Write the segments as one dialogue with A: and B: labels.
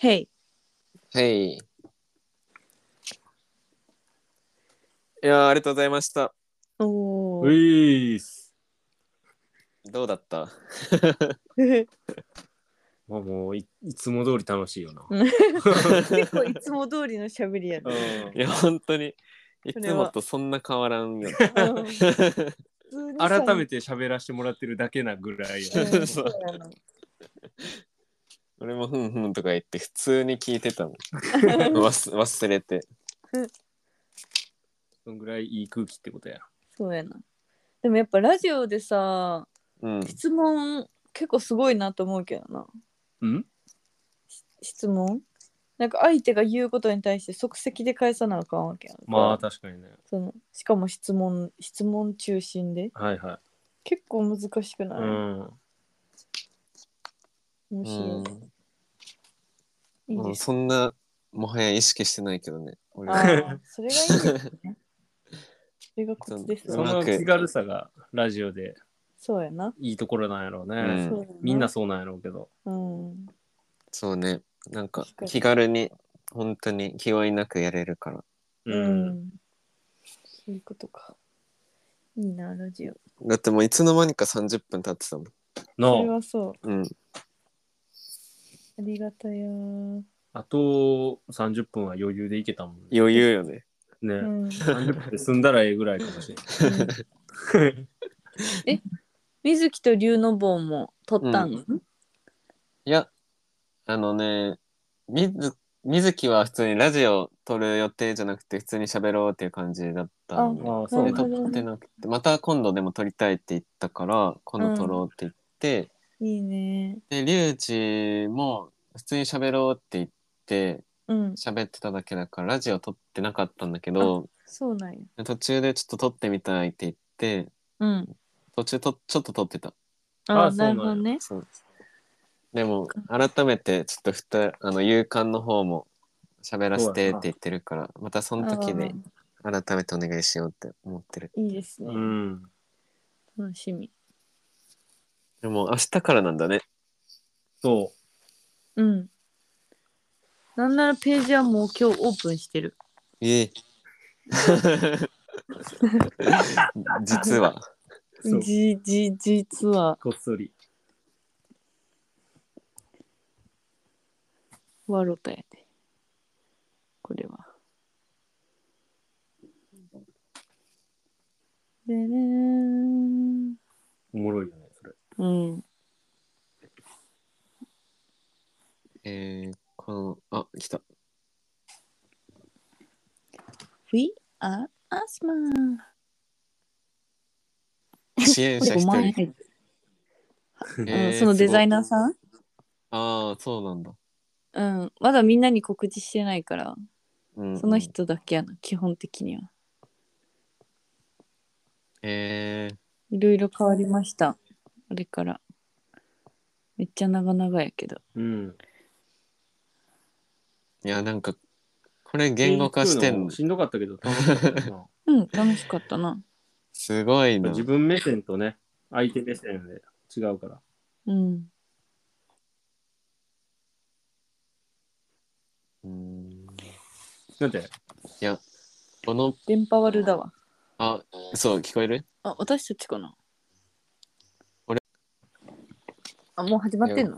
A: Hey,
B: はい。いやーありがとうございました。
A: お
C: ういーす。
B: どうだった
A: ー
C: まあもうい、いつも通り楽しいよな。
A: 結構いつも通りの喋りやな、
B: いや、本当に。い
A: そ
B: つ
A: れは
B: もとそんな変わらんよ。
A: うん普通にさ
C: 改めて喋らせてもらってるだけなぐらいや。
A: うん そうやな
B: 俺もふんふんとか言って普通に聞いてたもん。忘忘れて。
C: そんぐらいいい空気ってことや。
A: そうやなでもやっぱラジオでさ
B: うん。
A: 質問結構すごいなと思うけどなん質問なんか相手が言うことに対して即席で返さなあかんわけやんか
C: まあ確かにね。
A: そのしかも質問質問中心で
C: はいは
A: 結構難しく
C: い。
A: な
C: う
A: い、
C: ん。
A: むしろいい
B: うん、
A: です
B: そんな、もはや意識してないけどね。俺
A: あー
B: は
A: それがいいですねそれがコツです
C: そ
B: ん
A: わ
B: な
C: の気軽さがラジオで
A: そうやな、
C: いいところなんやろうね。
B: うん
A: そうやな
C: みんなそうなんやろうけど。
A: うん
B: そうね。なんか
A: 確かに
B: 気軽に、本当に気負いなくやれるから。
C: う
A: う。んそういうことか。いいな、ラジオ。
B: だってもういつの間にか30分経ってたもん。
A: それ
C: の、
A: はそう。
B: うん。
A: ありがたや。うん。
C: あと30分は余裕でいけたもんね。
B: 余裕よね。
A: う
C: ね。
A: ん
C: 30分で済んだらええぐらいかもしれない。
A: え、水木と龍の坊も取ったん、
B: いや、あのね、みず、みずきは普通にラジオ撮る予定じゃなくて、普通に喋ろうっていう感じだったのね
C: ああ、そ
B: で
C: う
A: なるほど
C: ね。
B: 撮ってなくて、また今度でも撮りたいって言ったから、今度撮ろうって言って、
A: いいね。
B: で、リュウジも普通に喋ろうって言って、
A: うん。
B: 喋ってただけだから、ラジオ撮ってなかったんだけど、
A: そうなんや。
B: 途中でちょっと撮ってみたいって言って、
A: うん。
B: 途中とちょっと撮ってた。
A: あ
C: あそ
A: な
C: うなんや
A: るほどね。
B: そうですでも改めてちょっとふたあの勇敢の方も喋らせてって言ってるからまたその時で改めてお願いしようって思ってる
A: あーいいですね。
C: うん。
A: 楽しみ。
B: でも明日からなんだね
C: そ
A: うん。なんならページはもう今日オープンしてる。
B: ええ実は
C: う。そう。
A: じ、じ、実は
C: こっそり。
A: ワロタやで。これは。でねーん。
C: おもろいよね、それ。
A: うん。
B: えー、このあ 来た
A: We are Asma.
B: 支援
A: こ
B: 者
A: れ
B: 一
A: 5万円
B: 人、
A: 入ってる
B: え
A: う
B: ー
A: んそのデザイナー
B: す
A: さ
B: ごい
A: ん
B: ああそうなんだ、
A: うん。まだみんなに告知してないから、
B: うんうん
A: その人だけやな、基本的には。
B: えー、
A: いろいろ変わりました。あれから。めっちゃ長々やけど。
C: うん。
B: いやなんかこれ言語化してんの
C: しんどかったけど楽しかったよ な。
A: うん、楽しかったな。
B: すごいな
C: 自分目線とね、相手目線で違うから。
A: うん。
B: うん
C: なんて、
B: この
A: 電波悪だわ。
B: あ、そう、聞こえる
A: あ、私たちかな。
B: 俺
A: あ、もう始まってんの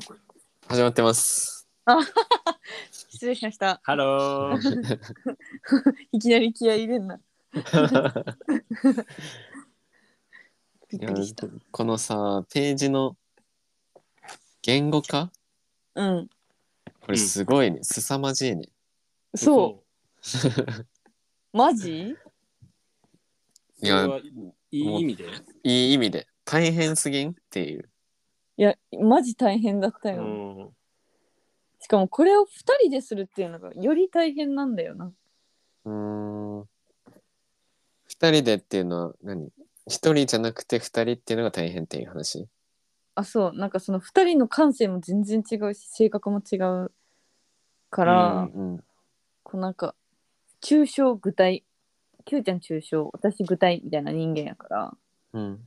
B: 始まって ます。
A: 失礼しました。
C: ハロー。
A: いきなり気合い入れんな。びっくりした。
B: このさ、ページの言語化
A: うん。
B: これすごいね。凄まじいね。
A: そう。マジ
C: いや、それはいい意味で。
B: いい意味で。大変すぎんっていう。
A: いや、マジ大変だった
C: う
A: よ。
C: ん。
A: しかもこれを2人でするっていうのがより大変なんだよな。
B: うーん。二人でっていうのは何一人じゃなくて二人っていうのが大変っていう話。
A: あ、そう。なんかその2人の感性も全然違うし、性格も違うから。
B: うんうん。
A: こうなんか抽象具体 Q ちゃん抽象私具体みたいな人間やから
B: うん。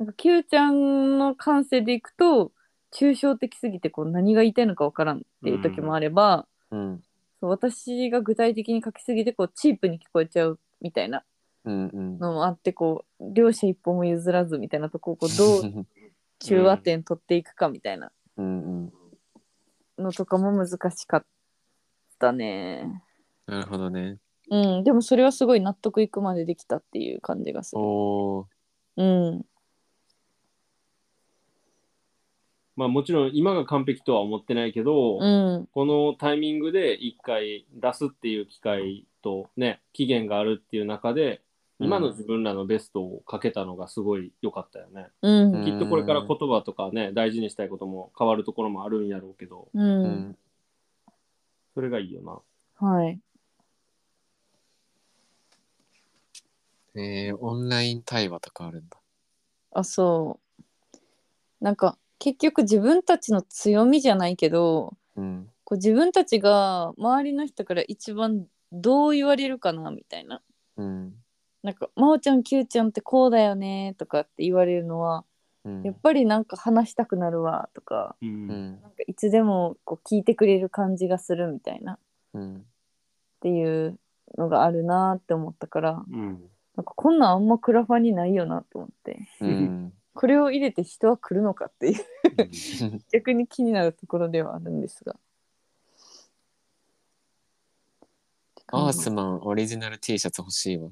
A: なんか Q ちゃんの感性でいくと抽象的すぎてこう何が言いたいのか分からんっていう時もあれば、
B: うん
A: そう私が具体的に書きすぎてこうチープに聞こえちゃうみたいな
B: うんうん
A: のもあってこう両者一歩も譲らずみたいなとこ をこうどう中和点取っていくかみたいな
B: うんうん
A: のとかも難しかったね。
B: なるほどね
A: うん、でもそれはすごい納得いくまでできたっていう感じがする。
B: おー
A: うん、
C: まあもちろん今が完璧とは思ってないけど、
A: うん、
C: このタイミングで一回出すっていう機会とね、期限があるっていう中で、今の自分らのベストをかけたのがすごい良かったよね。
A: うん、
B: うん
C: きっとこれから言葉とかね、大事にしたいことも変わるところもあるんやろうけど、
A: う、
B: うんん
C: それがいいよな。
A: はい。
B: えーオンライン対話とかあるんだ
A: あ、そう。なんか結局自分たちの強みじゃないけど、
B: うん
A: こう自分たちが周りの人から一番どう言われるかなみたいな。
B: うん
A: なんか「真央ちゃん Q ちゃんってこうだよね」とかって言われるのは
B: うん
A: やっぱりなんか話したくなるわとか
C: う。
B: うんん
A: なんかいつでもこう聞いてくれる感じがするみたいなっ
B: うん
A: ていうのがあるなって思ったから
C: うん。
A: なんかこんなんあんまクラファンにないよなと思って
B: うん
A: これを入れて人は来るのかっていう逆に気になるところではあるんですが。
B: アースマンオリジナル T シャツ欲しいわ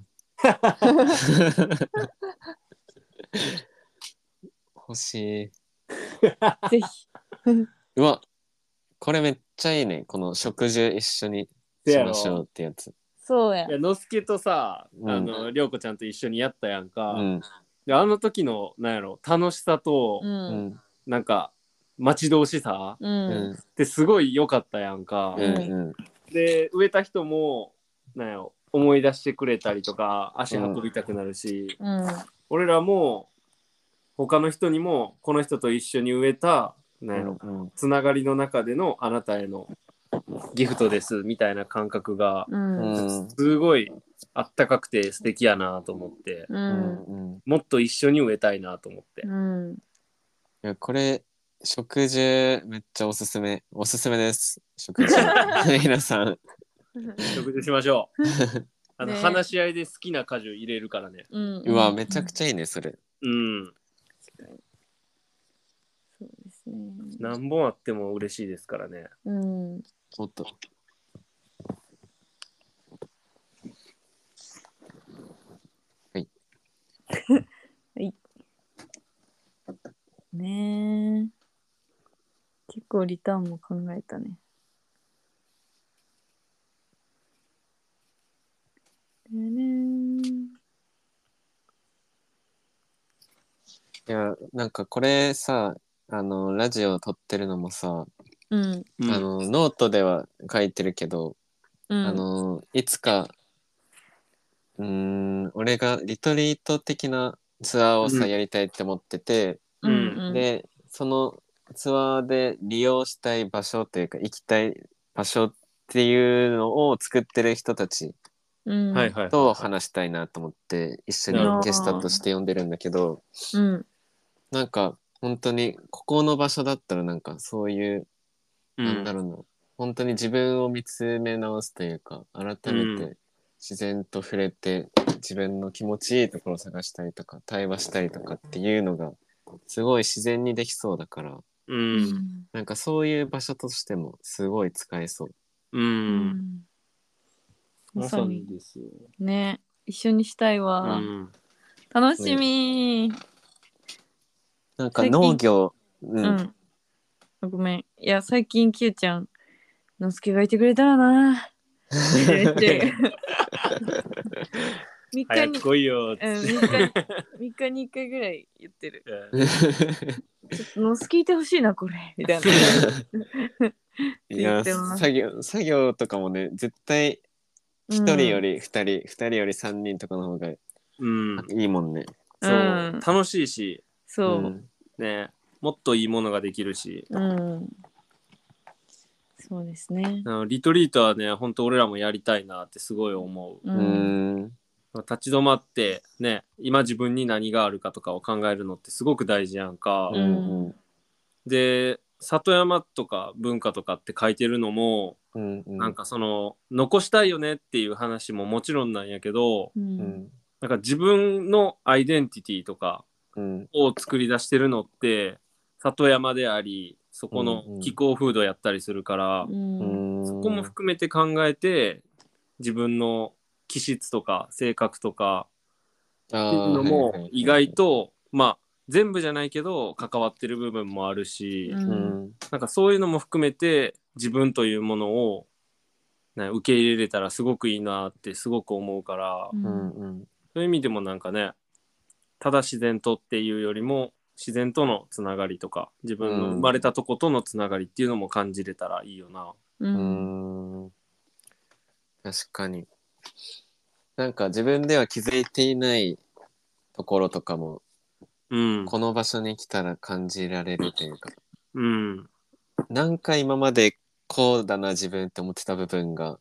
B: 欲しい
A: ぜひ。
B: うわこれめっちゃいいねこの食事一緒にしましょうってやつ
A: そうや
C: い。や、のすけとさ、
B: うん
C: あの、りょうこちゃんと一緒にやったやんか。
B: うん
C: で、あの時の、なんやろ、楽しさと、
A: う。
B: うんん
C: なんか、待ち遠しさ
A: う。
B: うんん
C: ってすごい良かったやんか。
B: うんうん
C: で、植えた人も、なんやろ、思い出してくれたりとか、足運びたくなるし、
A: うん。
C: 俺らも、他の人にも、この人と一緒に植えた、なんやろ、
B: うん
C: つながりの中でのあなたへのギフトですみたいな感覚が
A: うん。
B: うん
C: すごいあったかくて素敵やなと思って
A: う。
B: うんんうん
C: もっと一緒に植えたいなと思って
A: うん。
B: いやこれ食事めっちゃおすすめおすすめです食事皆さん
C: 食事しましょ うあの
A: ね
C: 話し合いで好きな果樹入れるからね
A: うん
B: うわめちゃくちゃいいねそれ
C: うん
A: そうですね。
C: 何本あっても嬉しいですからね
A: うん。
B: もっと
A: ねえ。結構リターンも考えたね。でね
B: いやなんかこれさあのラジオ撮ってるのもさ、
A: うん。
B: あのノートでは書いてるけど、
A: うん。
B: あのいつかうーん俺がリトリート的なツアーをさ、
C: うん
B: やりたいって思ってて、
A: うん、うん。、
B: でそのツアーで利用したい場所というか行きたい場所っていうのを作ってる人たち
A: うん、
C: はいはい
B: と話したいなと思って一緒にゲストとして呼んでるんだけど、
A: うん。
B: なんか本当にここの場所だったらなんかそういう、
C: う
B: なんだ
C: ん
B: ろうな本当に自分を見つめ直すというか改め
C: う
B: て自然と触れて自分の気持ちいいところを探したりとか対話したりとかっていうのがすごい自然にできそうだから
C: う
A: うんん。
B: なんかそういう場所としてもすごい使えそう。
C: うん
A: ま
C: ま
A: さ
C: さ
A: に
C: にですよ
A: ね一緒にしたいうわ。
C: ん
A: 楽しみ
B: なんか
A: 最近
B: 農業、う、
A: うんん。ごめん。いや、最近、キューちゃん、のすけがいてくれたら な。めっ ちゃ3日
C: 早
A: に
C: く、来いよ
A: うん、3日に、3日に1回ぐらい言ってる。のすけいてほしいな、これ。みたい な。
B: いや
A: って言ってます
B: 作業作業とかもね絶対一人より二人、二人より三人とかの方がい
C: うん
B: いもんね。
A: う
C: そ
A: ん
C: う楽しいし
A: そう。
B: ん
C: ねもっといいものができるし
A: うん。そうですね
C: あ。のリトリートはね、本当俺らもやりたいなってすごい思
A: う
C: う。
B: う。ん
C: 立ち止まって、ね、今自分に何があるかとかを考えるのってすごく大事やんか。
B: うんうん
C: で里山とか文化とかって書いてるのも、
B: うんうん
C: なんかその残したいよねっていう話ももちろんなんやけど
A: うん
B: うん
C: なんか自分のアイデンティティとか
B: うん
C: を作り出してるのって里山でありそこ
B: うんう
C: の
B: ん
C: 気候風土やったりするから、
A: うん
B: そ
C: そこも含めて考えて自分の気質とか性格とかっていうのも意外とまあ全部じゃないけど関わってる部分もあるし、
A: うん
B: うん
C: なんかそういうのも含めて自分というものをね受け入れれたらすごくいいなってすごく思うから、
A: う
B: うんん
C: そういう意味でもなんかねただ自然とっていうよりも自然とのつながりとか自分の生まれたとことのつながりっていうのも感じれたらいいよな。
A: う
B: うんんうん確かになんか自分では気づいていないところとかも
C: うん、
B: この場所に来たら感じられるというか
C: うん、
B: なんか今までこうだな自分って思ってた部分が、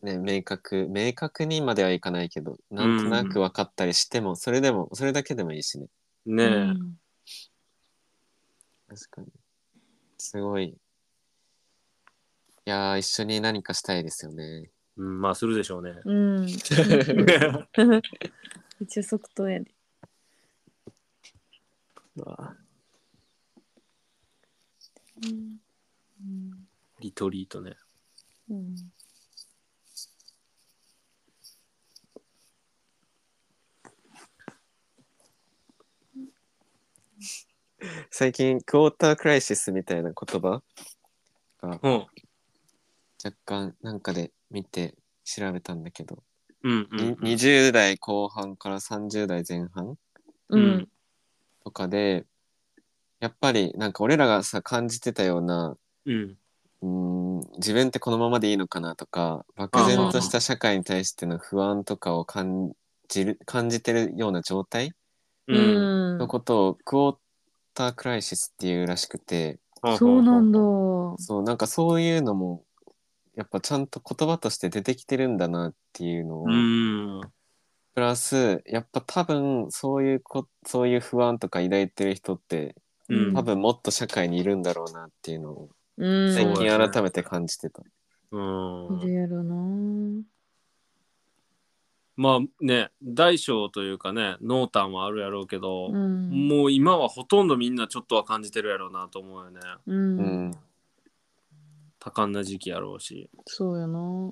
B: ね、明確明確にまではいかないけどなんとなく分かったりしても、それでもそれだけでもいいしね
C: ねえ、
B: 確かにすごいいやー一緒に何かしたいですよね
C: うん、まあするでしょうね。
A: うん。一応即答やで。うん
C: リトリートね。
A: うん
B: 最近クォータークライシスみたいな言葉
C: うん、
B: 若干なんかで見て調べたんだけど、
C: うん、う
B: に
C: ん、
B: 20代後半から30代前半
A: う
C: うんん
B: とかでやっぱりなんか俺らがさ感じてたような
C: うん、
B: うーん自分ってこのままでいいのかなとか漠然とした社会に対しての不安とかを感じる感じてるような状態
C: うん、
B: のことをクォータークライシスっていうらしくて
A: そうなんだ。
B: そうなんかそういうのもやっぱちゃんと言葉として出てきてるんだなっていうのを、
C: うん、
B: プラスやっぱ多分そういうこそういう不安とか抱いてる人って
C: うん
B: 多分もっと社会にいるんだろうなっていうのを
A: うん。
B: 最
C: そう
B: 近
C: やね
B: 改めて感じてた。
C: うん
A: いるやろな。
C: まあね、大小というかね、濃淡はあるやろうけど、
A: うん。
C: もう今はほとんどみんなちょっとは感じてるやろうなと思うよね。
A: う。
B: うんん、
C: 多感な時期やろうし。
A: そうやな。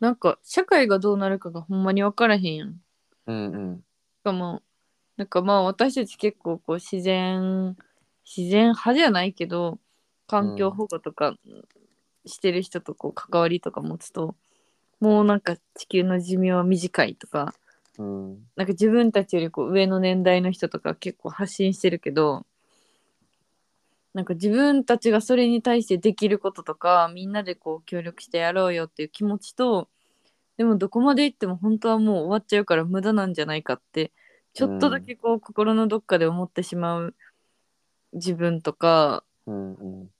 A: なんか社会がどうなるかがほんまに分からへんやん。し
B: うん、うん、
A: かもなんかまあ私たち結構こう自然自然派じゃないけど環境保護とかしてる人とこう関わりとか持つと、もうなんか地球の寿命は短いとか
B: うん、
A: なんか自分たちよりこう上の年代の人とか結構発信してるけどなんか自分たちがそれに対してできることとかみんなでこう協力してやろうよっていう気持ちとでもどこまで行っても本当はもう終わっちゃうから無駄なんじゃないかってちょっとだけこう心のどっかで思ってしまう自分とか
B: うん、うん、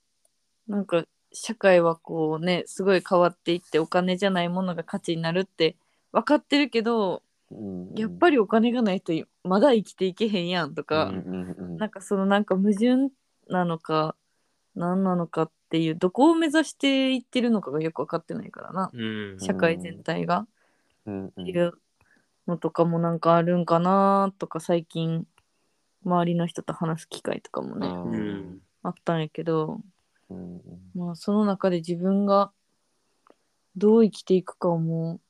A: なんか社会はこうねすごい変わっていってお金じゃないものが価値になるって分かってるけど
B: うん、
A: やっぱ
B: り
A: りお金がないとまだ生きていけへんやんとか、
B: うん、うん、
A: なんかそのなんか矛盾なのか何なのかっていうどこを目指していってるのかがよく分かってないからな
C: うん。
A: 社会全体が
B: うん、うん
A: いるのとかもなんかあるんかなとか最近周りの人と話す機会とかも
B: あ
A: ね
B: ー
C: う
B: うん
C: ん。
A: あったんやけど、
B: うん、
A: まあ、その中で自分がどう生きていくかをもう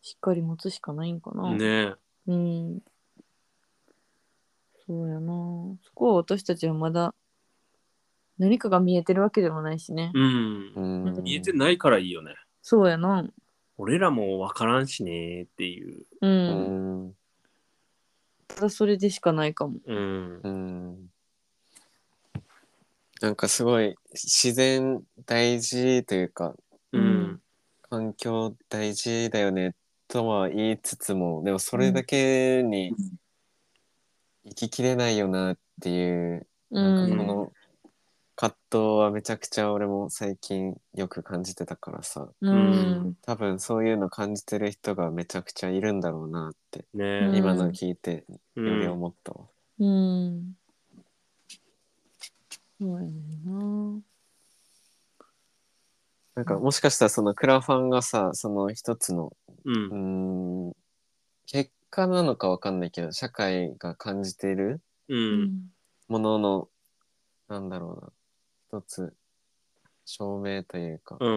A: しっかり持つしかないんかな。
C: ね
A: うん。そうやな。そこは私たちはまだ何かが見えてるわけでもないしね。
C: うん
B: う。ん、うん
C: 見えてないからいいよね。
A: そうやな。
C: 俺らもわからんしねっていう。
A: う。
B: うんん、
A: ただそれでしかないかも。
C: うん。
B: うん。なんかすごい自然大事というか
C: うん。
B: 環境大事だよねとは言いつつもでもそれだけに生ききれないよなっていう
A: う
B: なんかこ
A: ん。
B: の葛藤はめちゃくちゃ俺も最近よく感じてたからさ
A: うん。
B: 多分そういうの感じてる人がめちゃくちゃいるんだろうなって
A: うん
C: ね
B: 今の聞いて
C: う
B: より
C: ん。
B: 思ったわ。
A: うん。そうやねんな。
B: なんかもしかしたらそのクラファンがさその一つのう
C: う。
B: んーん結果なのかわかんないけど社会が感じている
C: うん。
B: もののなんだろうな一つ証明というか、
C: うん。う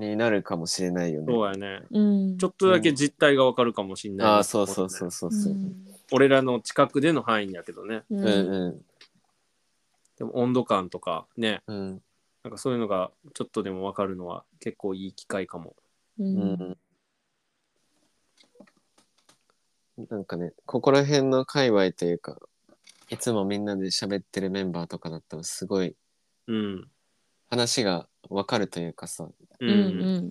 C: ん。
B: になるかもしれないよね。
C: そうやね。
A: うん。
C: ちょっとだけ実態がわかるかもしんない、
B: ああそうそうそうそうそう。
C: 俺らの近くでの範囲やけどね。
A: う。
B: うんんう
C: でも温度感とかね、
B: んうん
C: なんかそういうのがちょっとでもわかるのは結構いい機会かも。
A: う。
B: うんんなんかねここら辺の界隈というかいつもみんなで喋ってるメンバーとかだったらすごい
C: うん。
B: 話がわかるというかさ
C: う。
A: うんん。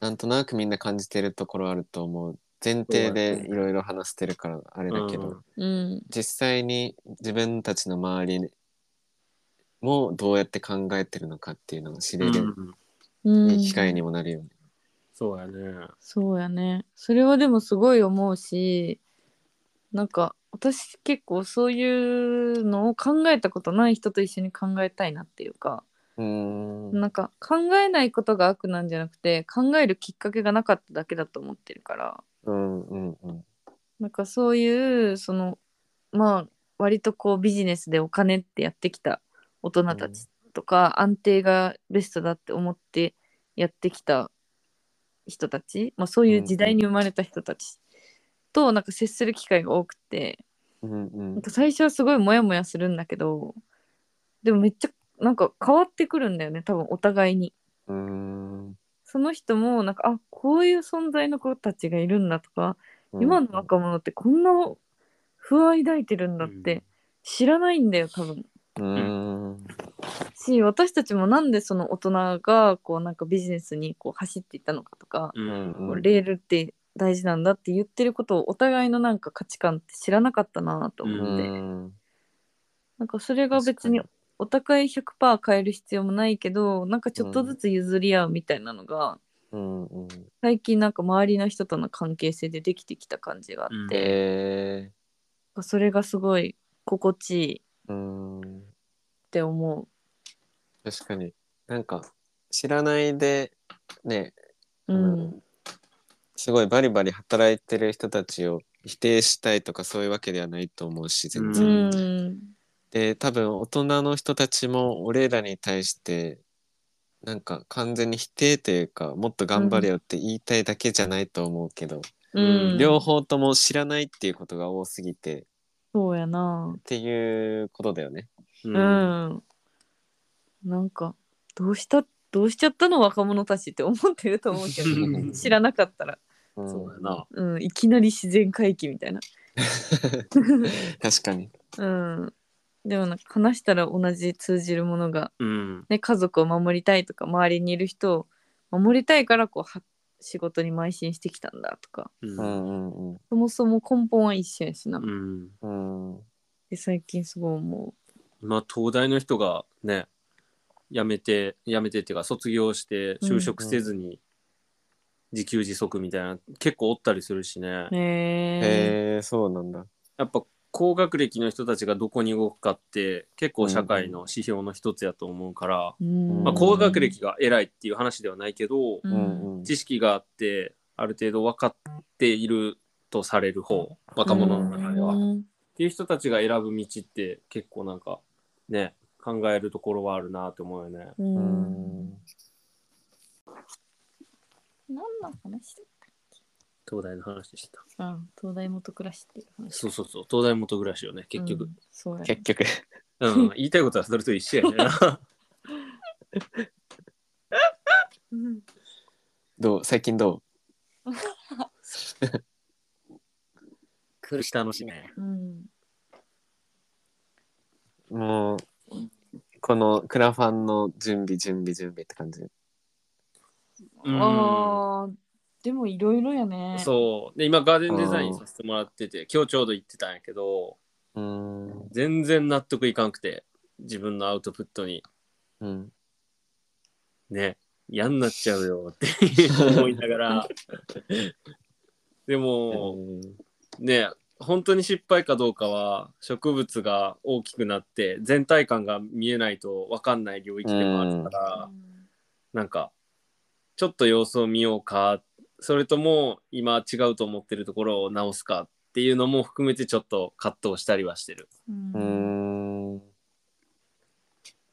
B: なんとなくみんな感じてるところあると思う前提でいろいろ話してるからあれだけど、
C: うん
A: うん。
B: 実際に自分たちの周りもどうやって考えてるのかっていうのを知れる
C: うん
A: うん。
B: いい機会にもなるよね。
C: そうやね。
A: そうやね。それはでもすごい思うし、なんか私結構そういうのを考えたことない人と一緒に考えたいなっていうか、
B: うーん
A: なんか考えないことが悪なんじゃなくて、考えるきっかけがなかっただけだと思ってるから、
B: うんうんうん
A: なんかそういう、その、まあ、割とこうビジネスでお金ってやってきた大人たちとか、安定がベストだって思ってやってきた人たち、まあ、そういう時代に生まれた人たちとなんか接する機会が多くて
B: うんうん
A: なんか最初はすごいモヤモヤするんだけどでもめっちゃなんか変わってくるんだよね多分お互いに。
B: うーん
A: その人もなんかあこういう存在の子たちがいるんだとか、今の若者ってこんな不安抱いてるんだって知らないんだよ多分。
B: うーん
A: し私たちもなんでその大人がこうなんかビジネスにこう走っていったのかとか、
C: う。
B: うん
A: こ
B: ん
A: う
B: うん
A: レールって大事なんだって言ってることをお互いのなんか価値観って知らなかったなと
B: う
A: 思って、
B: ん
A: なんかそれが別に
B: 確
A: お互い100%変える必要もないけどなんかちょっとずつ譲り合うみたいなのが、
B: うんうん
A: 最近なんか周りの人との関係性でできてきた感じがあって、
B: え
A: なんかそれがすごい心地いいっ
B: ーうーん
A: て思
B: 確かになんか知らないでね
A: う。うん、
B: すごいバリバリ働いてる人たちを否定したいとかそういうわけではないと思うし全
A: う
B: 然。
A: ん
B: で多分大人の人たちも俺らに対してなんか完全に否定というかもっと頑張れよって言いたいだけじゃないと思うけど、
A: うん、
B: 両方とも知らないっていうことが多すぎてっ
A: そうやな
B: ていうことだよね。
A: う
C: う。
A: んん、なんかどうしたどうしちゃったの若者たちって思ってると思うけど知らなかったら、
B: うん
C: そうやな。
A: うん、いきなり自然回帰みたいな、
B: 確かに。
A: うん、でもなんか話したら同じ通じるものが、
C: うん。
A: ね、家族を守りたいとか周りにいる人を守りたいからこうは仕事に邁進してきたんだとか
C: う。
B: うんんうん
A: そもそも根本は一緒やしな、
C: うん。
B: うん。うん
A: で最近すごい思
C: まあ、東大の人がね、辞めて、辞めてっていうか、卒業して、就職せずに、自給自足みたいな、結構おったりするしね
A: う。ねえ
B: へえそうなんだ。
C: やっぱ、高学歴の人たちがどこに動くかって、結構社会の指標の一つやと思うから、
A: うん
C: まあ、高学歴が偉いっていう話ではないけど、
A: う
B: うんんうん。
C: 知識があって、ある程度分かっているとされる方、若者の中では。
A: うん
C: っていう人たちが選ぶ道って結構なんかね考えるところはあるなって思うよね。
A: う
B: うんん
A: 何の話だっ
C: 東大の話でした。
A: たあ東大元暮らしっていう話
C: そうそうそう東大元暮らしよね結
A: う
C: 局
A: ん、そうやね
B: 結局。
C: うん言いたいことはそれと一緒やね。
A: うん
B: どう最近ど
C: 苦し楽しいね。
A: うん
B: うもうこのクラファンの準備準備準備って感じ。
C: うん
A: あーでもいろいろやね
C: そうで今ガーデンデザインさせてもらってて今日ちょうど行ってたんやけど
B: うん。
C: 全然納得いかんくて自分のアウトプットに
B: うん。
C: ね嫌になっちゃうよって思いながらでも、ね本当に失敗かどうかは植物が大きくなって全体感が見えないと分かんない領域でもあるから、なんかちょっと様子を見ようかそれとも今違うと思ってるところを直すかっていうのも含めてちょっと葛藤したりはしてる。
A: うん
B: うーん。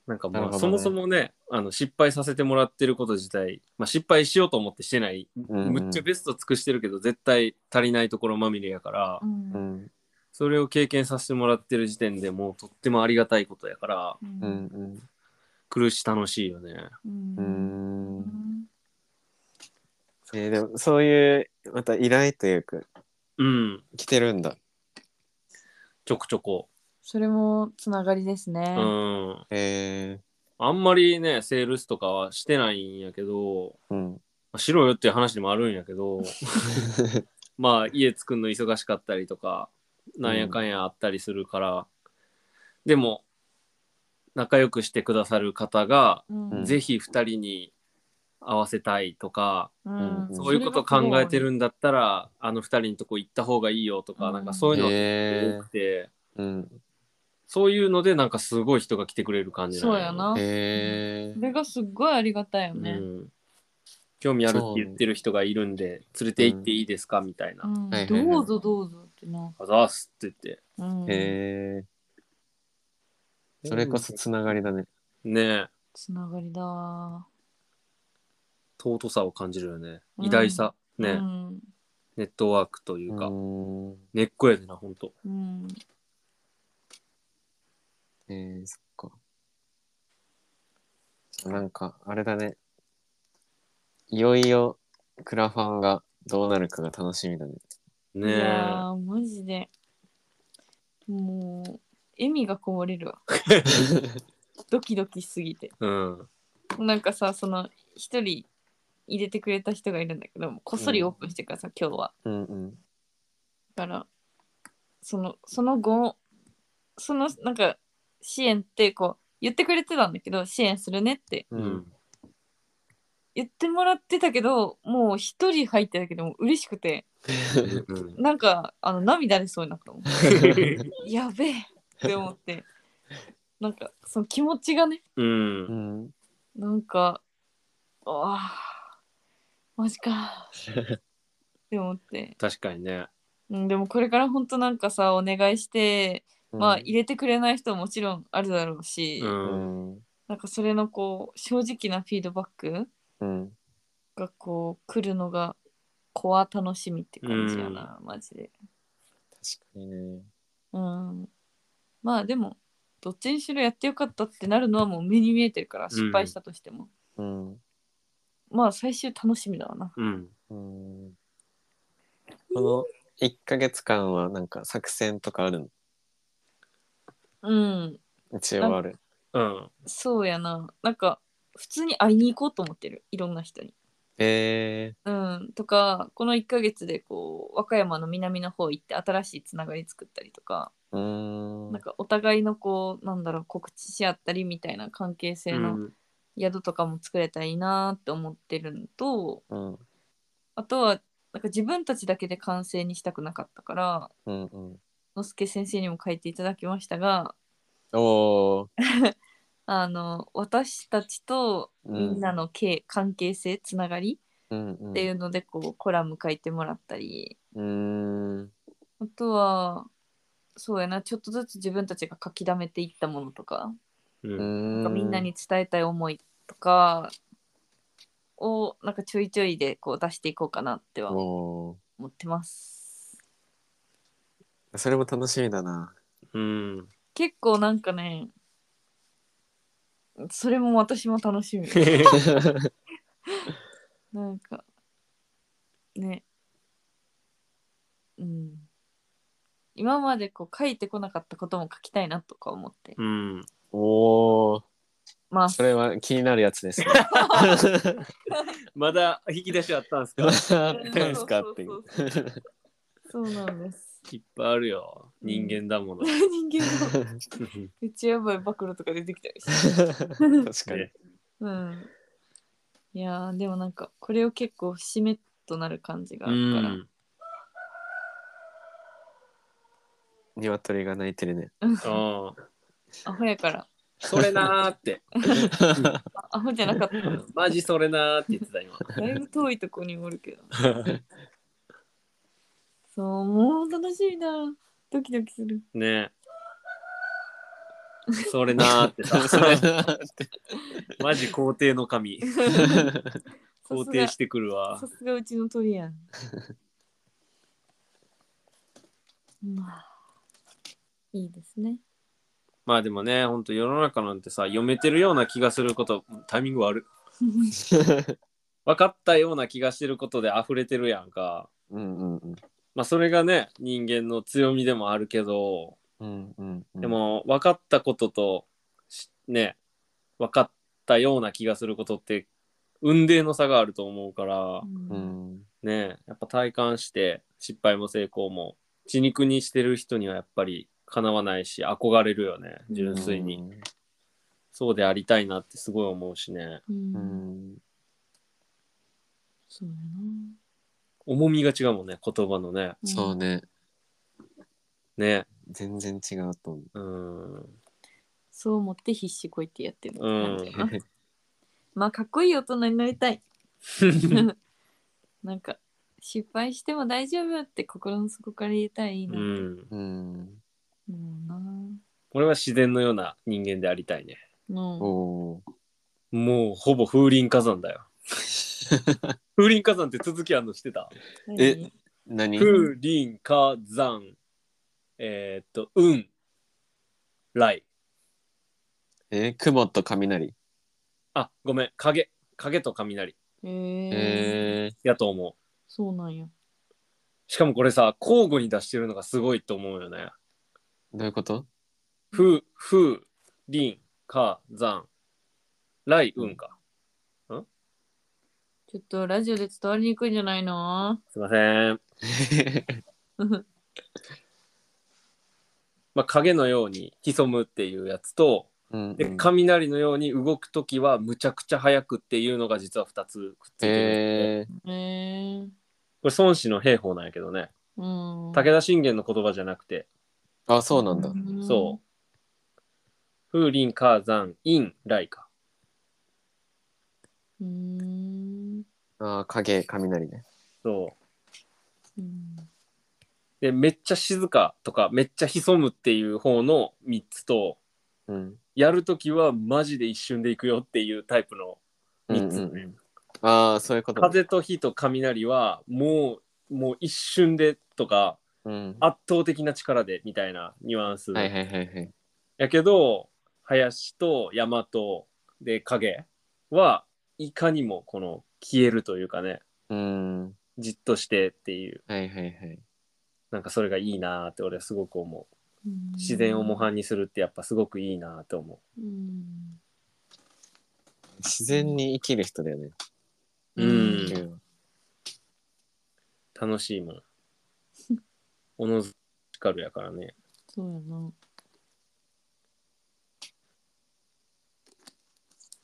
C: なんか
B: なる
C: ま
B: ほ
C: あ、
B: どね
C: そもそもねあの失敗させてもらってること自体、まあ、失敗しようと思ってしてない、
B: うんうん
C: むっちゃベスト尽くしてるけど絶対足りないところまみれやから、
A: うん
B: う
A: うん
B: ん。
C: それを経験させてもらってる時点でもうとってもありがたいことやから
B: う
A: うん
B: ん。
C: 苦し楽しいよね。
B: う
A: うん
B: ん。えーでもそういうまた依頼というか
C: うん
B: 来てるんだ。
C: ちょくちょこ。
A: それもつながりですね。
C: うん。
B: え
C: あんまりねセールスとかはしてないんやけど、
B: ー、うん。
C: まあしろよっていう話でもあるんや けどまあ家作るの忙しかったりとかなんやかんやあったりするから、でも仲良くしてくださる方が、
A: うん
C: ぜひ2人に会わせたいとか、
A: うん
B: うん
C: そういうことを考えてる
A: ん
C: んだったらあの2人のとこ行った方がいいよとか、
A: うん
C: なんかそういうのが
B: え
C: 多くて、
B: ー、うん。
C: そういうのでなんかすごい人が来てくれる感じん
A: そうやな。
B: え
A: それがすっごいありがたいよね。
C: うん、興味あるって言ってる人がいるんで連れて行っていいですかみたいな「
A: うん
B: はいはいはい
A: どうぞどうぞってな。
C: あざーす」って言って
A: うん
B: ー、えー、それこそつながりだね。
C: ねえ
A: つながりだわ。
C: 尊さを感じるよね
A: うん
C: 偉大さ、ね、
A: うん
C: ネットワークというか、
B: うん。
C: 根っこやでなほんと
A: うん
B: えー、そっか。じゃあなんかあれだね。いよいよクラファンがどうなるかが楽しみだね。
A: い
C: ねえ
A: やーマジで。もう、笑みがこぼれる わ。ドキドキしすぎて。
C: うん
A: なんかさ、その、一人入れてくれた人がいるんだけど、こっそりオープンしてからさ、今日は。
B: うんうん。
A: だから、その、その後、その、なんか、支援ってこう、言ってくれてたんだけど、支援するねって
B: う
C: うんん。
A: 言ってもらってたけど、もう一人入ってたけど、もう嬉しくて、
C: うん
A: なんかあの涙出そうになったもんやべえって思ってなんかその気持ちがね
C: うん
B: うん。
A: なんかああマジかって思って、
C: 確かにね
A: うん、でもこれから本当なんかさお願いして、まあ
B: うん
A: 入れてくれない人ももちろんあるだろうし、
C: うん
B: うん。
A: なんかそれのこう正直なフィードバック
B: うん。
A: がこう来るのが怖楽しみって感じやな、マジで。
B: 確かにね。
A: うん、まあでもどっちにしろやってよかったってなるのはもう目に見えてるから失敗したとしても、
B: うん。
A: まあ最終楽しみだわな
C: うん
B: うんこの1ヶ月間はなんか作戦とかあるの
A: うん
B: 一応ある。
C: うん
A: そうやななんか普通に会いに行こうと思ってるいろんな人に。
B: え
A: うん、とかこの1ヶ月でこう和歌山の南の方行って新しいつながり作ったりとか、
B: ー、うーん。
A: なんかお互いのこうなんだろう告知し合ったりみたいな関係性の宿とかも作れたらいいなって思ってるのと、
B: うん
A: あとはなんか自分たちだけで完成にしたくなかったから
B: うんうん。
A: のすけ先生にも書いていただきましたが
B: おー。
A: あの私たちとみんなのけ、関係性つながり
B: うんうん。
A: っていうのでこうコラム書いてもらったり
B: うーん。
A: あとはそうやなちょっとずつ自分たちが書き溜めていったものとか
C: うん
B: う
A: なん
B: ー
A: か
B: ん。
A: みんなに伝えたい思いとかをなんかちょいちょいでこう出していこうかなっては
B: おー。
A: 思ってます。
B: それも楽しみだな。
C: うん
A: 結構なんかねそれも私も楽しみなんかねうん今までこう書いてこなかったことも書きたいなとか思って
C: うん
B: おー。
A: ます
B: それは気になるやつですね。
C: まだ引き出しあったんすか
B: 何すかっていう。
A: そうなんです
C: いっぱいあるよ人間だもの
A: 人間の
B: 確
A: めっちゃやばい暴露とか出てきたりして
B: かに。
A: うんいやーでもなんかこれを結構締めとなる感じがあ
C: う
A: るから、
C: ん
B: 鶏が鳴いてるね。
C: うん。
A: アホやから。
C: それなーって。
A: あアホじゃなかった。
C: マジそれなーって言ってた今。
A: だいぶ遠いとこにおるけ ど。そう、もう楽しみだ。ドキドキする。
C: ねそれなーってさ。
B: それなーって
C: マジ皇帝の神。
A: さ
C: 肯
A: す
C: 定
A: が
C: してくるわ
A: さ。すがうちの鳥やん。 まあ、いいですね。
C: まあでもね、ほんと世の中なんてさ、読めてるような気がすること、タイミング悪い。分かったような気がしてることで溢れてるやんか。
B: うんうんうん。
C: まあそれがね、人間の強みでもあるけど、
B: うんうんうん
C: で、も分かったこととし、ね、分かったような気がすることって、運命の差があると思うから、
B: うん、
C: ね、やっぱ体感して失敗も成功も血肉にしてる人にはやっぱりかなわないし憧れるよね純粋に、そうでありたいなってすごい思うしね
A: う。
B: うんん。
A: そうや
C: 重みが違うもんね言葉のね
A: な。
B: そうね。
C: ね
B: 全然違うと思う。
C: うん
A: そう思って必死こいてやってる
C: うん
A: 感じやな。まあかっこいい大人になりた い。なんか失敗しても大丈夫って心の底から言えたらいいうな。
C: ん
B: うん。
A: もうな。
C: 俺は自然のような人間でありたいね
B: お
A: も
B: お
C: もうほぼ風林火山だ よ風林火山って続きあんのしてた
A: う
B: え
A: 何
B: ー。何
C: 風林火山えー、っと運来
B: えー、雲と雷。
C: あ、ごめん。影。影と雷
A: えー
B: え
C: やと思う。
A: そうなんや。
C: しかもこれさ、交互に出してるのがすごいと思うよね。
B: ー、どういうこと
C: ふ、ふ、りん、か、ざん。らい、うんか。
A: ちょっとラジオで伝わりにくいんじゃない の
C: すいません。まあ、影のように潜むっていうやつと、
B: うんうん
C: で、雷のように動くときはむちゃくちゃ速くっていうのが実は2つくっついてる、
B: え
A: えー、
C: これ孫子の兵法なんやけどね。
A: うん。
C: 武田信玄の言葉じゃなくて、
B: ー、あ、そうなんだ。
C: そう。風林火山、陰、雷か。
A: うーん。
B: あー、影、雷ね。
C: そう。
A: うん。
C: でめっちゃ静かとかめっちゃ潜むっていう方の3つと
B: うん。
C: やるときはマジで一瞬で行くよっていうタイプの3つ、
B: うんうんうんああ、そういうことね。
C: 風と火と雷はもうもう一瞬でとか
B: うん。
C: 圧倒的な力でみたいなニュアンス、
B: はいはいはいはい。
C: やけど林と山とで影はいかにもこの消えるというかね
B: うん。
C: じっとしてっていう
B: はいはいはい。
C: なんかそれがいいなーって俺はすごく思う自然を模範にするってやっぱすごくいいなーって思う
A: うん。
B: 自然に生きる人だよね。
C: うん
B: うん
C: 楽し いもん。おのずかるやからね。
A: そうやな。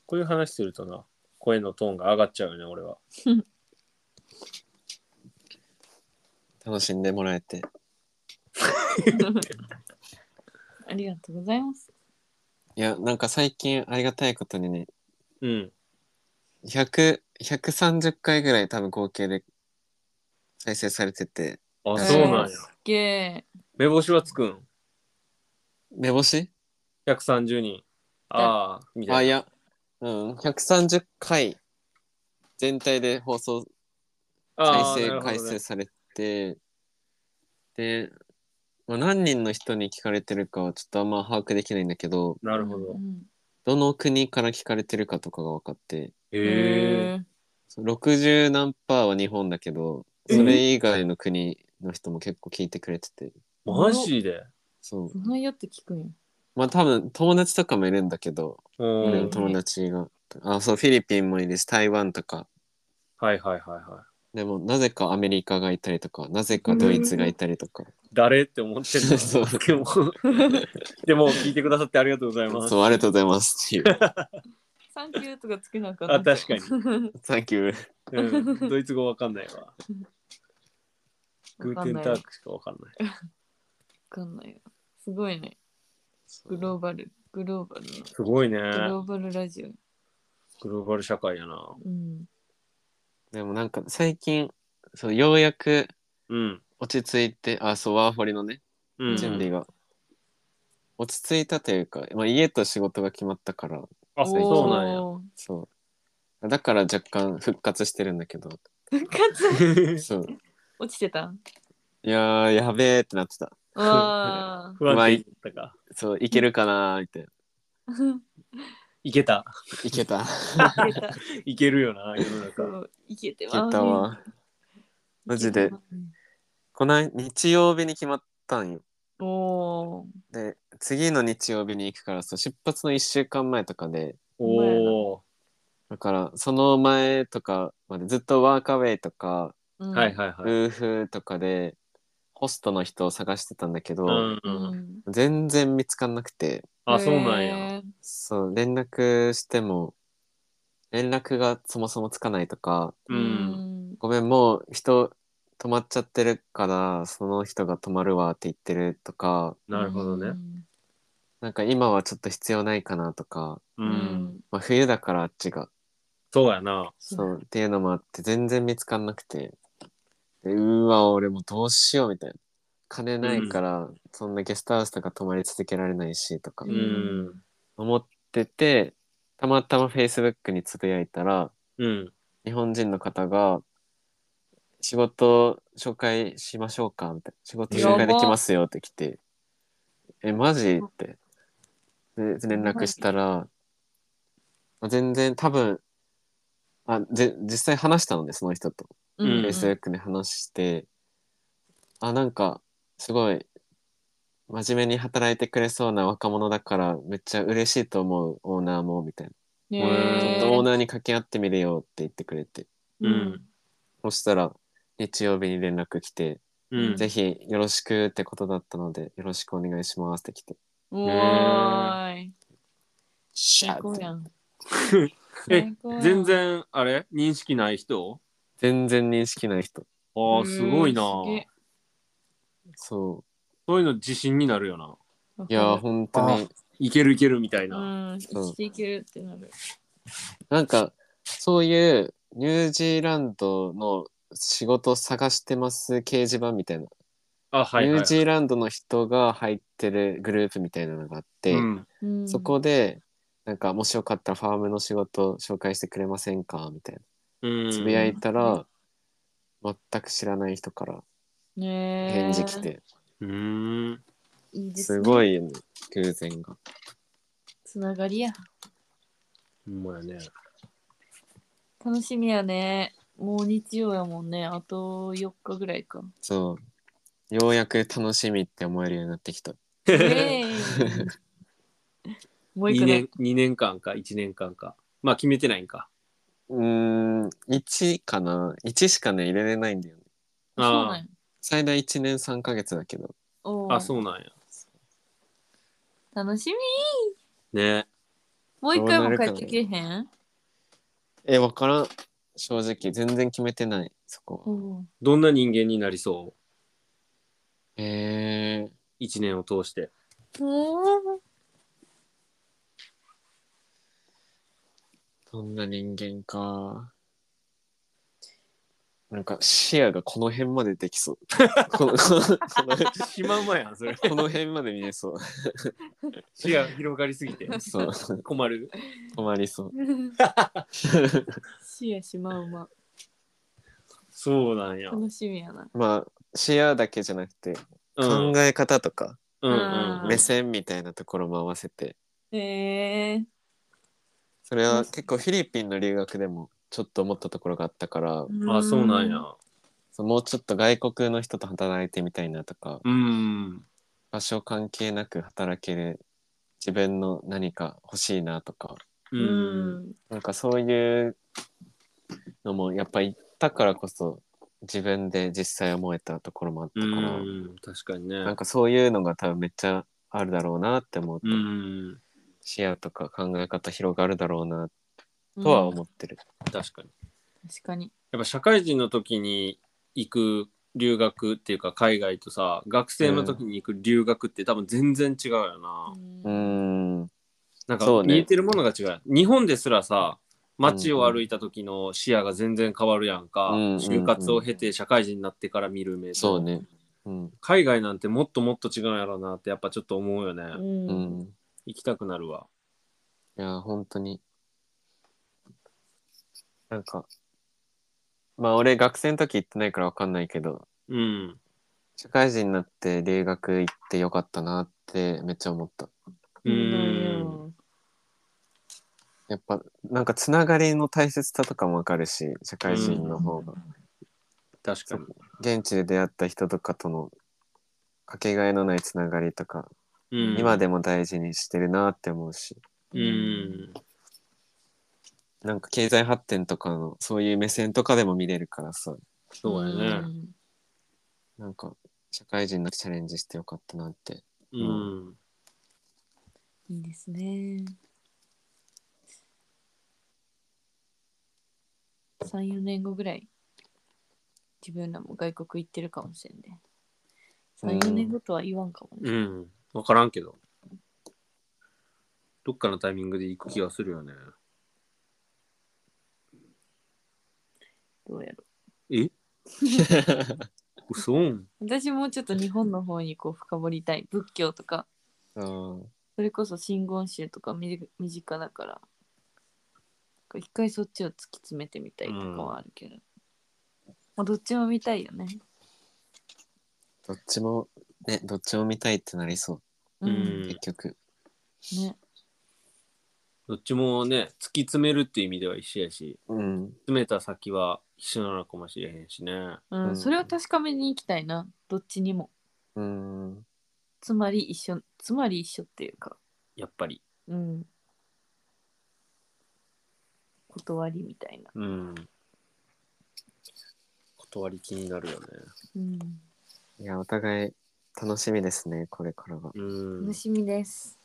C: こういう話するとな、声のトーンが上がっちゃうよね、俺は。
B: 楽しんでもらえて。
A: ありがとうございます。
B: いや、なんか最近ありがたいことにね、
C: うん。
B: 100 130回ぐらい多分合計で再生されてて、
C: あ、
B: えー
C: そうなんや。
A: すっげえ。
C: 目星はつくん。
B: 目星
C: 130人。ああ、み
B: あ、
C: たい
B: い
C: な。
B: や、うん、130回全体で放送、
C: あー
B: 再生
C: なるほどね
B: 回数されて、で、まあ、何人の人に聞かれてるかはちょっとあんま把握できないんだけど、
C: なるほど
A: う。ん
B: どの国から聞かれてるかとかが分かって、
C: へえ。
B: そう60何パーは日本だけど、
C: えー
B: それ以外の国の人も結構聞いてくれてて、
C: マジで
B: そう。
A: そのよって聞くんや。
B: まあ多分友達とかもいるんだけど、
C: う
B: 俺
C: ん
B: の。友達が。あ、そう、フィリピンもいるし、台湾とか。
C: はいはいはいは
B: でも、なぜかアメリカがいたりとか、なぜかドイツがいたりとか。
C: い。誰って思ってる の
B: そう
C: でも、 でも聞いてくださってありがとうございます。
B: そう、ありがとうございますって いう。
A: サンキューとかつけなかった。
C: あ、確かに。
B: Thank you.
C: うんドイツ語わかんないわ。グーテンタークしかわかんない。
A: かんないわ。すごいね。グローバル、グローバルの、
C: すごいね。
A: グローバルラジオ。
C: グローバル社会やな。
A: うん。
B: でもなんか最近そうようやく
C: うん。
B: 落ち着いてあそうワーホリのね
C: うん。
B: 準備が、落ち着いたというか、まあ、家と仕事が決まったから
C: あ、そうなんや。
A: おー。
B: そうだから若干復活してるんだけど
A: 復活
B: そう
A: 落ちて た
B: いやーやべえってなってた
A: わ
C: 不安定だったか。
B: そういけるかなーって
A: あ。い
C: いけた。
B: いけたい
A: けた。
C: いけるよな、世の
A: そ
C: 中。
A: ういけて
B: け
A: ま
B: た
A: す。
B: わマジでこの日曜日に決まったんよ
A: おお
B: で次の日曜日に行くからそう出発の1週間前とかで
C: おお。
B: だからその前とかまでずっとワーカーウェイとか
A: ー。うん
C: はいはいはい。
B: 夫婦とかでホストの人を探してたんだけど、
C: うんう。
A: うんん
B: 全然見つかんなくて
C: あ、そうなんや。。
A: へー
B: そう連絡しても連絡がそもそもつかないとか
C: う。
A: うんん。
B: ごめんもう人泊まっちゃってるからその人が泊まるわって言ってるとか
C: なるほどね。
B: なんか今はちょっと必要ないかなとか、
C: う。
A: うんん。
B: まあ、冬だからあっちが
C: そうやな。
B: そう
A: う
B: っていうのもあって全然見つかんなくてでうわ俺もうどうしようみたいな金ないから、そんなゲストハウスとか泊まり続けられないしとか
C: う
A: うんん。
B: 思っててたまたま Facebook につぶやいたら
C: うん。
B: 日本人の方が仕事紹介しましょうかみたいな仕事紹介できますよって来てえマジってで連絡したらまあ全然多分あぜ実際話したのでその人と
A: うん
C: うん
B: Facebook で話して、あなんかすごい真面目に働いてくれそうな若者だからめっちゃ嬉しいと思うオーナーもみたいな、
A: ね
B: ちょ
A: ー
B: っとオーナーに掛け合ってみるよって言ってくれて
C: うん
B: そしたら日曜日に連絡来て、
C: うん。
B: ぜひよろしくってことだったのでよろしくお願いしますって来て
A: おーい。
B: シ
A: 最
B: ャーっ
A: 高
B: て
A: やん。
C: え
A: 最高やん
C: 全。然、あれ認識ない人
B: 全然認識ない人
C: ああ、すごいな。
A: うんすげえ
B: そ
C: そういうの自信になるよな。
B: ういやー本当に
C: いけるいけるみたいな。
A: うん、生きていけるってなる。
B: なんかそういうニュージーランドの仕事探してます掲示板みたいな、
C: あ、はい
B: ニ
C: は
B: ュー
C: い。
B: ジーランドの人が入ってるグループみたいなのがあって、
C: うん
A: うん
B: そこでなんかもしよかったらファームの仕事紹介してくれませんかみたい
C: うん
B: なつぶやいたら、全く知らない人から
A: ねー
B: 返事来。て、
C: うーん。
A: いいです
B: す
A: ね。
B: ごいよね偶然が
A: つながりや。
C: ほんまやね。
A: 楽しみやね。もう日曜やもんね。あと4日ぐらいか。
B: そうようやく楽しみって思えるようになってきた
A: イエーイもう一
C: 2
A: 個ね
C: 年、二年間か1年間か。まあ決めてないんか。
B: うーん1かな1しかね入れれないんだよね
A: あそうなんや
B: 最大1年3ヶ月だけど
A: おう
C: あ、そうなんや。
A: 楽しみ
C: ね。
A: もう一回も帰ってけえへん
B: えわからん正直全然決めてないそこは
A: おう
C: どんな人間になりそう
B: えー、
C: ?1 年を通して。
A: うん
B: どんな人間かなんか視野がこの辺まででき そうこのこ のこ
C: シマウマやん、それ。
B: のこの辺まで見えそう
C: 視野広がりすぎて。
B: そう
C: 困る。
B: 止まり そう
A: しやしまうま。
C: そうなんや。
A: 楽しみやな。
B: まあ視野だけじゃなくて
C: うん
B: 考。え方とか、
C: うんうんうん
B: 目線みたいなところも合わせて
A: えー。
B: それは結構フィリピンの留学でもちょっと思ったところがあったから、
C: あ、そうなんや。
B: そうもうちょっと外国の人と働いてみたいなとか
C: うん。
B: 場所関係なく働ける自分の何か欲しいなとか
C: う。
A: うんん。
B: なんかそういうのもやっぱ行ったからこそ自分で実際思えたところもあった
C: う
B: から、
C: ん。確かに
B: な
C: ね
B: ん。かそういうのが多分めっちゃあるだろうなって思って、
C: うん。
B: 視野とか考え方広がるだろうなとは
A: うん
B: 思ってる。
C: 確かに。
A: 確かに。
C: やっぱ社会人の時に行く留学っていうか海外とさ学生の時に行く留学って多分全然違うよな、
B: うーん。
C: なん
B: そ
C: か
B: うね
C: 見えてるものが違う日本ですらさ街を歩いた時の視野が全然変わるやんか、
B: うんうんうん
C: 就活を経て社会人になってから見る目と
B: そうね。うん。
C: 海外なんてもっともっと違うんやろうなってやっぱちょっと思うよね、
A: うん
B: う
A: うん
B: ん。
C: 行きたくなるわ
B: いや、本当に。なんか、まあ俺学生の時行ってないからわかんないけど、
C: うん
B: 社会人になって留学行ってよかったなってめっちゃ思った。
C: う
A: うん
C: ん
B: やっぱなんかつながりの大切さとかもわかるし、社会人の方が。
C: 確かに
B: 現地で出会った人とかとのかけがえのないつながりとか、
C: うん
B: 今でも大事にしてるなって思うし、
C: うん
B: なんか経済発展とかのそういう目線とかでも見れるからさ、
C: そうやね
B: なんか社会人のチャレンジしてよかったなって。
C: うん、
A: いいですね。三四年後ぐらい。自分らも外国行ってるかもしれんね。三四年後とは言わんかもね。
C: うん、分からんけど。どっかのタイミングで行く気がするよね。
A: どうやろ
C: え嘘ん。
A: う。私もうちょっと日本の方にこう深掘りたい。仏教とか、
B: うん
A: それこそ真言宗とか身身近だから。なんか一回そっちを突き詰めてみたいとかはあるけど。まあどっちも見たいよね。
B: どっちも、ね、どっちも見たいってなりそうう、
C: ん
B: 結局。
A: ね。
C: どっちもね、突き詰めるっていう意味では一緒やし、
B: うん。
C: 詰めた先は一緒なのかもしれへんしね。
A: うん、
B: うん
A: それを確かめに行きたいな。どっちにも。
B: うん。
A: つまり一緒、つまり一緒っていうか、
C: やっぱり。
A: うん。断りみたいな。
C: うん。断り気になるよね。
A: うん。
B: いや、お互い楽しみですね、これからが。
C: うん
A: 楽。しみです。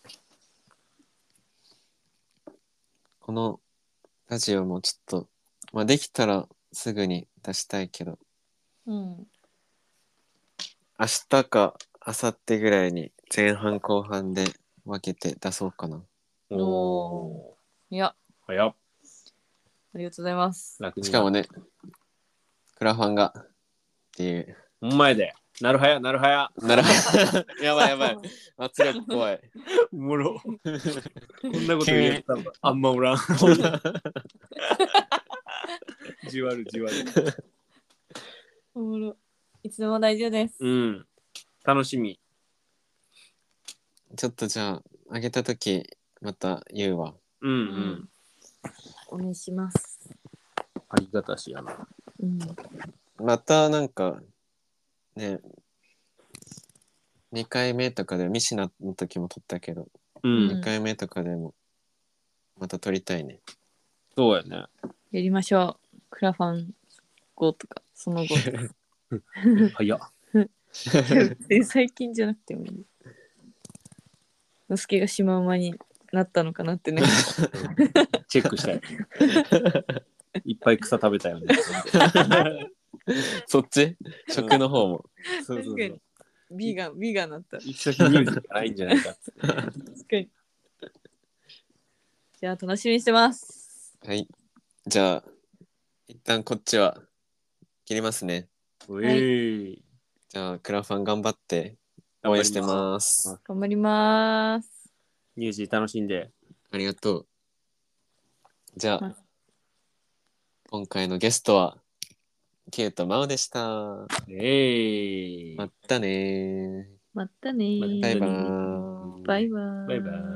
B: このラジオもちょっと、まあ、できたらすぐに出したいけど、
A: うん。
B: 明日か明後日ぐらいに前半後半で分けて出そうかな。
C: おー。
A: いや、
C: 早っ。
A: ありがとうございます。
C: 楽に。
B: しかも。ね、クラファンがっていう。
C: お前で。なるはや、なるはや。
B: なら、 やばいやばい。圧力怖い。
C: おもろ。こんなこと言えたらあんまおらん。じわるじわる。
A: おもろ。いつでも大丈夫です。
C: うん。楽しみ。
B: ちょっとじゃあ、あげたとき、また言うわ。
C: うんう。。
A: うんお願いします。
C: ありがたしやな。
A: うん。
B: またなんか、ね、2回目とかで、ミシナの時も撮ったけど、
A: う
C: う
A: ん
C: ん。
B: 2回目とかでも、また撮りたいね。
C: そうやね。
A: やりましょう。クラファン後とか、そ の後。
C: 早っ。
A: 最近じゃなくてもいい。のすけがシマウマになったのかなってね。
C: チェックしたい。 いっぱい草食べたよね。
B: そっち食の方も。
C: そうそうそう。
A: ビーガン、ビーガンなった。確
C: 一緒に見るしかないんじゃ ないかって。
A: かに。じゃあ、楽しみにしてます。
B: はい。じゃあ、一旦こっちは切りますね。
C: うえい。
B: じゃあ、クラファン頑張って応援してます。
C: 頑張り
A: 頑張り
C: ま
A: ます。
C: ニュージー楽しんで。
B: ありがとう。じゃ
A: は
B: あ
A: い、
B: 今回のゲストは、ケイとマオでした。
C: えい。
B: まったねー。
A: またねー
B: バイバーイ。
A: バイバーイ。
C: バイバーイ。